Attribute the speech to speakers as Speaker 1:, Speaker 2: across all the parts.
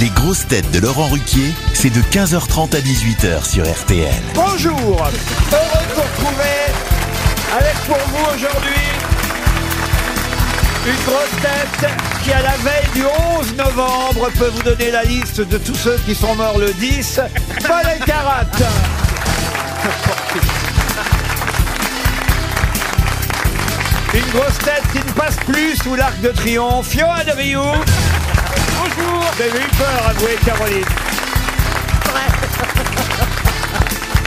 Speaker 1: Les grosses têtes de Laurent Ruquier, c'est de 15h30 à 18h sur RTL.
Speaker 2: Bonjour Heureux de vous retrouver avec pour vous aujourd'hui une grosse tête qui à la veille du 11 novembre peut vous donner la liste de tous ceux qui sont morts le 10. Paul Elkarat Une grosse tête qui ne passe plus sous l'arc de triomphe, Johan Rioux. Bonjour Vous avez eu peur, avouez Caroline.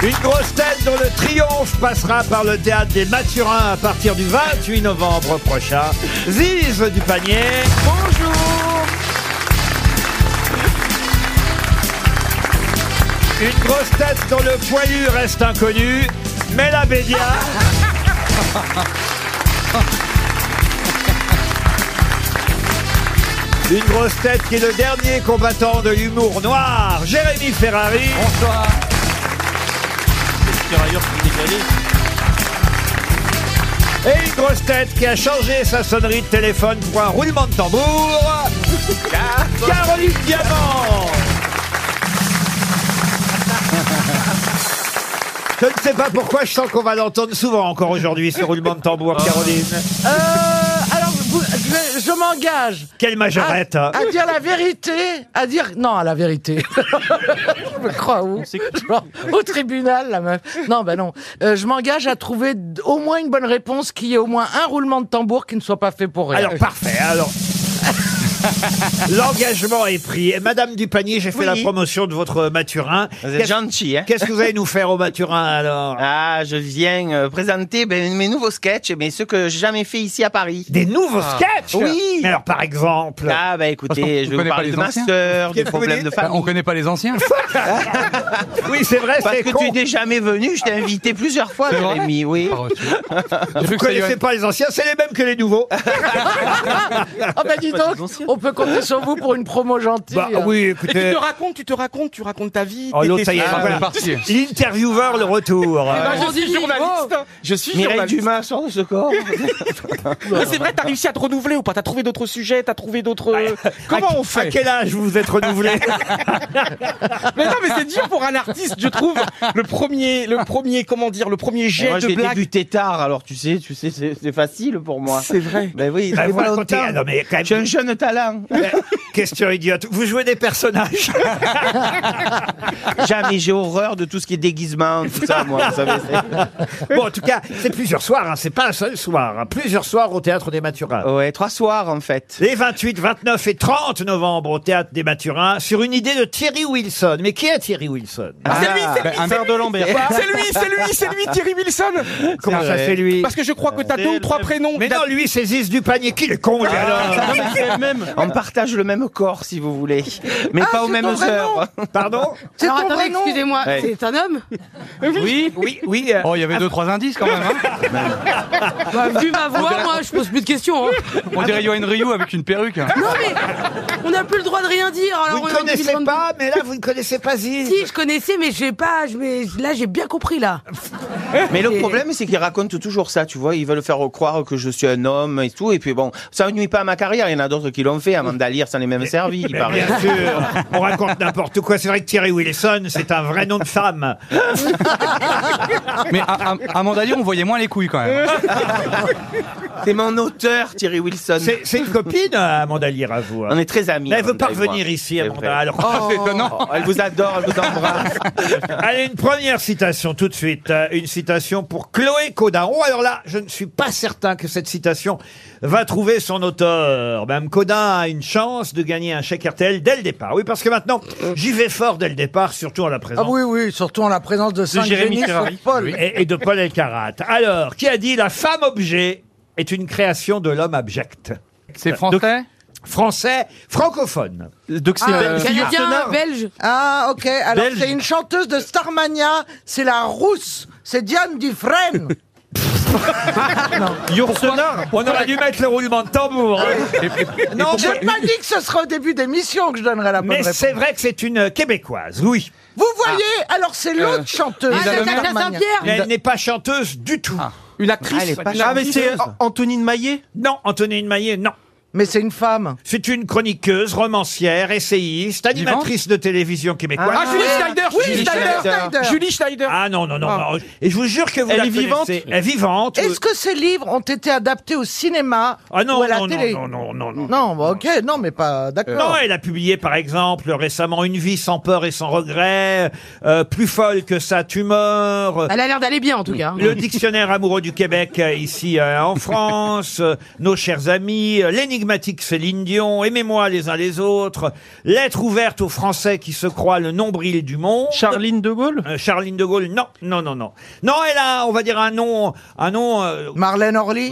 Speaker 2: Une grosse tête dont le triomphe passera par le théâtre des Mathurins à partir du 28 novembre prochain. Ziz du panier. Bonjour. Une grosse tête dont le poilu reste inconnu. Mela Bédia. Une grosse tête qui est le dernier combattant de l'humour noir, Jérémy Ferrari. Bonsoir. Et une grosse tête qui a changé sa sonnerie de téléphone pour un roulement de tambour, Caroline Diamant. Je ne sais pas pourquoi, je sens qu'on va l'entendre souvent encore aujourd'hui, ce roulement de tambour,
Speaker 3: Ah.
Speaker 2: Caroline.
Speaker 4: Euh, alors, vous- je, je m'engage.
Speaker 2: Quelle majorette
Speaker 4: à,
Speaker 2: hein.
Speaker 3: Ah.
Speaker 4: à dire la vérité, à dire non à la vérité. je me crois où Genre, Au tribunal, la meuf. Non, ben non. Euh, je m'engage à trouver d- au moins une bonne réponse, qui est au moins un roulement de tambour qui ne soit pas fait pour rien.
Speaker 2: Alors, parfait, alors... L'engagement est pris. Et Madame Dupanier, j'ai fait
Speaker 3: Oui.
Speaker 2: la promotion de votre Mathurin.
Speaker 3: Vous êtes
Speaker 2: Qu'est-ce-
Speaker 3: gentil, hein
Speaker 2: Qu'est-ce que vous allez nous faire au Mathurin, alors
Speaker 3: Ah, je viens euh, présenter ben, mes nouveaux sketchs, mais ceux que j'ai jamais fait ici à Paris.
Speaker 2: Des nouveaux sketchs
Speaker 3: Ah. Oui.
Speaker 2: Mais alors, par exemple...
Speaker 5: Parce
Speaker 3: Ah, bah
Speaker 5: qu'on-
Speaker 3: écoutez,
Speaker 5: on
Speaker 3: je vais vous
Speaker 5: connaît pas
Speaker 3: parler
Speaker 5: les
Speaker 3: de ma
Speaker 5: anciens.
Speaker 3: sœur, des
Speaker 2: Qu'est-ce que vous
Speaker 3: problèmes
Speaker 2: dites
Speaker 3: de
Speaker 5: Bah, on
Speaker 3: famille.
Speaker 5: connaît pas les anciens.
Speaker 2: Oui, c'est vrai,
Speaker 3: Parce
Speaker 2: c'est
Speaker 3: que
Speaker 2: con.
Speaker 3: tu n'es jamais venu, je t'ai invité plusieurs fois,
Speaker 5: C'est vrai
Speaker 3: Jérémy, oui.
Speaker 5: Par reçu. J'ai cru
Speaker 2: Vous
Speaker 5: que c'était
Speaker 2: connaissez
Speaker 5: Johan.
Speaker 2: pas les anciens, c'est les mêmes que les nouveaux.
Speaker 4: Ah ben dis donc, on peut compter sur vous pour une promo gentille.
Speaker 2: Bah
Speaker 4: hein.
Speaker 2: oui,
Speaker 6: Et tu
Speaker 2: écoutez.
Speaker 6: te racontes, tu te racontes, tu racontes ta vie.
Speaker 2: Oh,
Speaker 6: t'es-
Speaker 2: l'autre,
Speaker 6: t'es-
Speaker 2: ça y est,
Speaker 6: Ah,
Speaker 5: Ah,
Speaker 2: voilà.
Speaker 5: c'est parti.
Speaker 2: L'intervieweur, le retour. Euh,
Speaker 6: bah,
Speaker 5: oh,
Speaker 4: On
Speaker 6: je suis
Speaker 4: dit,
Speaker 6: journaliste. Je suis
Speaker 3: Mireille
Speaker 6: journaliste.
Speaker 3: Dumas sort de ce corps.
Speaker 6: Mais C'est vrai, t'as réussi à te renouveler ou pas T'as trouvé d'autres sujets, t'as trouvé d'autres.
Speaker 5: Bah,
Speaker 6: euh, Comment on
Speaker 2: À
Speaker 6: fait
Speaker 2: quel âge vous vous êtes renouvelé
Speaker 6: Mais non, mais c'est dur pour un artiste, je trouve. Le premier, le premier, comment dire, le premier jet
Speaker 3: Moi,
Speaker 6: de
Speaker 3: j'ai
Speaker 6: blague.
Speaker 3: débuté tard, alors tu sais, tu sais, c'est c'est facile pour moi.
Speaker 6: C'est vrai.
Speaker 3: Ben oui,
Speaker 2: Bah,
Speaker 3: j'ai
Speaker 2: Vous
Speaker 3: pas
Speaker 2: racontez.
Speaker 3: longtemps.
Speaker 2: ah, non, mais quand
Speaker 3: J'ai
Speaker 2: même, euh,
Speaker 3: un jeune talent.
Speaker 2: question idiote. Vous jouez des personnages.
Speaker 3: Jamais, j'ai horreur de tout ce qui est déguisement, tout ça, moi, vous savez. c'est-
Speaker 2: Bon, en tout cas, c'est plusieurs soirs, hein, c'est pas un seul soir. hein, Plusieurs soirs au Théâtre des Mathurins.
Speaker 3: Ouais, trois soirs, en fait.
Speaker 2: Les 28, 29 et 30 novembre au Théâtre des Mathurins, sur une idée de Thierry Wilson. Mais qui est Thierry Wilson
Speaker 3: Ah,
Speaker 6: C'est lui, c'est
Speaker 5: Bah,
Speaker 6: lui,
Speaker 5: un
Speaker 6: c'est
Speaker 5: verre de
Speaker 6: lui.
Speaker 5: Lambert.
Speaker 6: C'est lui, c'est lui, c'est lui, Thierry Wilson.
Speaker 2: Comment ça,
Speaker 3: vrai.
Speaker 2: c'est lui
Speaker 6: Parce que je crois que t'as deux ou trois prénoms.
Speaker 2: Mais non, lui, c'est Ziz du panier. Qui le con, lui,
Speaker 3: Ah,
Speaker 2: alors
Speaker 3: On partage le même corps, si vous voulez, mais
Speaker 4: Ah,
Speaker 3: pas aux
Speaker 4: c'est
Speaker 3: mêmes
Speaker 4: ton vrai
Speaker 3: heures.
Speaker 2: Pardon
Speaker 4: C'est
Speaker 7: Alors
Speaker 4: ton
Speaker 7: attendez,
Speaker 4: vrai nom
Speaker 7: excusez-moi,
Speaker 3: Ouais.
Speaker 7: c'est un homme
Speaker 6: Oui.
Speaker 2: Oui, oui. euh,
Speaker 5: Oh, il y avait deux, trois indices quand même. hein.
Speaker 7: bah, Vu ma
Speaker 2: Ah,
Speaker 7: voix, moi, je pose plus de questions. hein.
Speaker 5: On dirait Yoann Ryu avec une perruque. hein.
Speaker 7: Non mais, on n'a plus le droit de rien dire. Alors,
Speaker 2: vous
Speaker 7: on est
Speaker 2: ne
Speaker 7: en
Speaker 2: connaissez
Speaker 7: 2022.
Speaker 2: pas, mais là, vous ne connaissez pas Ziz.
Speaker 7: Si, je connaissais, mais j'ai pas. je- mais là, j'ai bien compris là.
Speaker 3: Mais le
Speaker 7: Et-
Speaker 3: problème, c'est qu'ils racontent toujours ça, tu vois. Ils veulent faire croire que je suis un homme et tout. Et puis bon, ça nuit pas à ma carrière. Il y en a d'autres qui l'ont fait. Amanda Lear, ça les même servi, il
Speaker 2: Mais
Speaker 3: paraît.
Speaker 2: Bah, bien sûr, on raconte n'importe quoi. C'est vrai que Thierry Wilson, c'est un vrai nom de femme.
Speaker 5: Mais à, à, à Mandalier, on voyait moins les couilles quand même.
Speaker 3: C'est mon auteur, Thierry Wilson.
Speaker 2: C'est c'est une copine, Amanda Lear, à vous. hein.
Speaker 3: On est très amis.
Speaker 2: Mais elle veut
Speaker 3: Amanda
Speaker 2: pas
Speaker 3: et moi.
Speaker 2: revenir ici,
Speaker 3: C'est
Speaker 2: Amanda.
Speaker 3: vrai.
Speaker 2: Alors,
Speaker 5: Ah, c'est étonnant.
Speaker 3: Oh, elle vous adore, elle vous embrasse.
Speaker 2: allez, une première citation tout de suite. Euh, Une citation pour Chloé Codaron. Alors là, je ne suis pas certain que cette citation va trouver son auteur. Madame Codin a une chance de gagner un chèque RTL dès le départ. Oui, parce que maintenant, j'y vais fort dès le départ, surtout en la présence.
Speaker 4: Ah oui, oui, surtout en la présence de saint
Speaker 5: Jérémy
Speaker 4: génies
Speaker 5: Ferrari.
Speaker 4: sur Paul.
Speaker 2: et, et de Paul Elkarat. Alors, qui a dit la femme objet est une création de l'homme abject
Speaker 5: C'est français
Speaker 2: Français, francophone.
Speaker 5: Donc c'est.
Speaker 4: Ah, euh,
Speaker 7: Canadien, hein, belge.
Speaker 4: Ah, ok. Alors,
Speaker 5: Belge.
Speaker 4: c'est une chanteuse de Starmania. C'est la rousse. C'est Diane Dufresne.
Speaker 2: On aurait dû mettre le roulement de tambour. hein. non,
Speaker 4: J'ai
Speaker 2: mais-
Speaker 4: pas dit que ce serait au début d'émission que je donnerais la bonne
Speaker 2: mais
Speaker 4: réponse.
Speaker 2: c'est vrai que c'est une euh, québécoise, oui.
Speaker 4: Vous voyez
Speaker 2: Ah.
Speaker 4: Alors, c'est
Speaker 2: Euh.
Speaker 4: l'autre chanteuse.
Speaker 7: Ah,
Speaker 5: Lisa
Speaker 7: la
Speaker 5: Lemaire,
Speaker 7: Tacla
Speaker 4: Starmania.
Speaker 2: Mais
Speaker 7: Saint-Pierre.
Speaker 2: elle n'est pas chanteuse du tout.
Speaker 5: Ah.
Speaker 6: Une actrice.
Speaker 3: Ah, elle est pas Ah, mais c'est, chanteuse.
Speaker 6: Antonine Maillet.
Speaker 2: Non, Antonine Maillet, non.
Speaker 4: Mais c'est une femme.
Speaker 2: C'est une chroniqueuse, romancière, essayiste,
Speaker 5: Vivante
Speaker 2: animatrice de télévision québécoise.
Speaker 6: Ah, Julie Schneider
Speaker 4: Oui,
Speaker 6: Julie Schneider
Speaker 4: Schneider.
Speaker 6: Julie Schneider
Speaker 2: Ah non, non, non.
Speaker 6: Ah.
Speaker 2: non. Et je vous jure que vous
Speaker 3: Elle
Speaker 2: la
Speaker 3: est vivante
Speaker 2: connaissez. Elle est vivante.
Speaker 4: Est-ce que ces livres ont été adaptés au cinéma
Speaker 2: Ah non,
Speaker 4: ou à la
Speaker 2: non, non,
Speaker 4: télé
Speaker 2: non, non, non, non.
Speaker 4: Non, bah, ok, non, mais pas
Speaker 2: Non,
Speaker 4: d'accord.
Speaker 2: elle a publié par exemple récemment Une vie sans peur et sans regret, euh, Plus folle que sa tumeur, euh,
Speaker 7: Elle a l'air d'aller bien en tout cas.
Speaker 2: Le dictionnaire amoureux du Québec euh, ici euh, en France, euh, Nos chers amis, euh, L'énigmatique Céline Dion, Aimez-moi les uns les autres, Lettre ouverte aux Français qui se croient le nombril du monde.
Speaker 8: Charline de Gaulle
Speaker 2: Euh, Charline de Gaulle, non, non, non, non. Non, elle a, on va dire, un nom, un nom, euh,
Speaker 4: Marlène Orly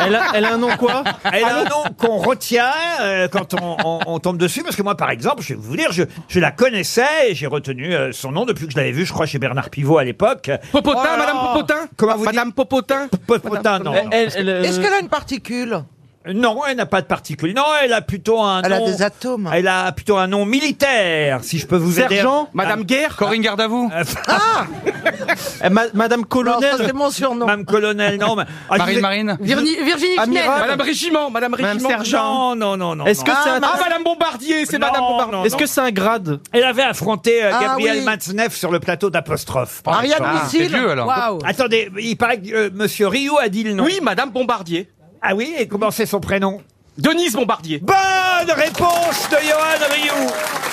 Speaker 8: elle a, elle a un nom quoi
Speaker 2: elle a un nom qu'on retient euh, quand on, on- on tombe dessus, parce que moi, par exemple, je vais vous dire, je, je la connaissais et j'ai retenu euh, son nom depuis que je l'avais vu, je crois, chez Bernard Pivot à l'époque.
Speaker 6: Popotin,
Speaker 2: Oh là
Speaker 6: Madame
Speaker 2: là.
Speaker 6: Popotin
Speaker 2: Comment vous
Speaker 6: Madame Popotin
Speaker 2: Popotin, non.
Speaker 8: Elle- elle- elle, euh,
Speaker 4: Est-ce qu'elle a une particule
Speaker 2: Non, elle n'a pas de particules. Non, elle a plutôt un
Speaker 4: Elle a
Speaker 2: nom.
Speaker 4: des atomes.
Speaker 2: Elle a plutôt un nom militaire, si je peux vous aider.
Speaker 8: Sergent
Speaker 6: Madame Guerre
Speaker 5: Corinne Gardavou
Speaker 8: eh, ma- Madame
Speaker 4: Non, ça,
Speaker 8: Colonel
Speaker 4: c'est mon surnom.
Speaker 2: Madame colonel, non. mais- Ah, je vous
Speaker 5: Marine
Speaker 2: ai-
Speaker 5: Marine
Speaker 7: Virginie, Virginie
Speaker 8: Amiral.
Speaker 7: Knight.
Speaker 6: Madame Régiment Madame Régiment
Speaker 2: Non, non, non, non.
Speaker 8: Est-ce que
Speaker 2: non.
Speaker 8: c'est
Speaker 6: Ah,
Speaker 8: un,
Speaker 6: Madame Bombardier C'est
Speaker 2: Non,
Speaker 6: Madame
Speaker 2: non,
Speaker 6: Bombardier
Speaker 8: est-ce que c'est un grade
Speaker 2: Elle avait affronté euh,
Speaker 4: Ah,
Speaker 2: Gabriel
Speaker 4: oui.
Speaker 2: Matzneff sur le plateau d'apostrophe. par
Speaker 4: Ariane
Speaker 2: exemple.
Speaker 5: Ah, C'est
Speaker 4: Missile
Speaker 5: vieux alors.
Speaker 7: Waouh.
Speaker 2: Attendez, il paraît que euh, Monsieur Rio a dit le nom.
Speaker 6: Oui, Madame Bombardier
Speaker 2: Ah oui, et comment c'est son prénom
Speaker 6: Denise Bombardier
Speaker 2: Bonne réponse de Johan Rioux.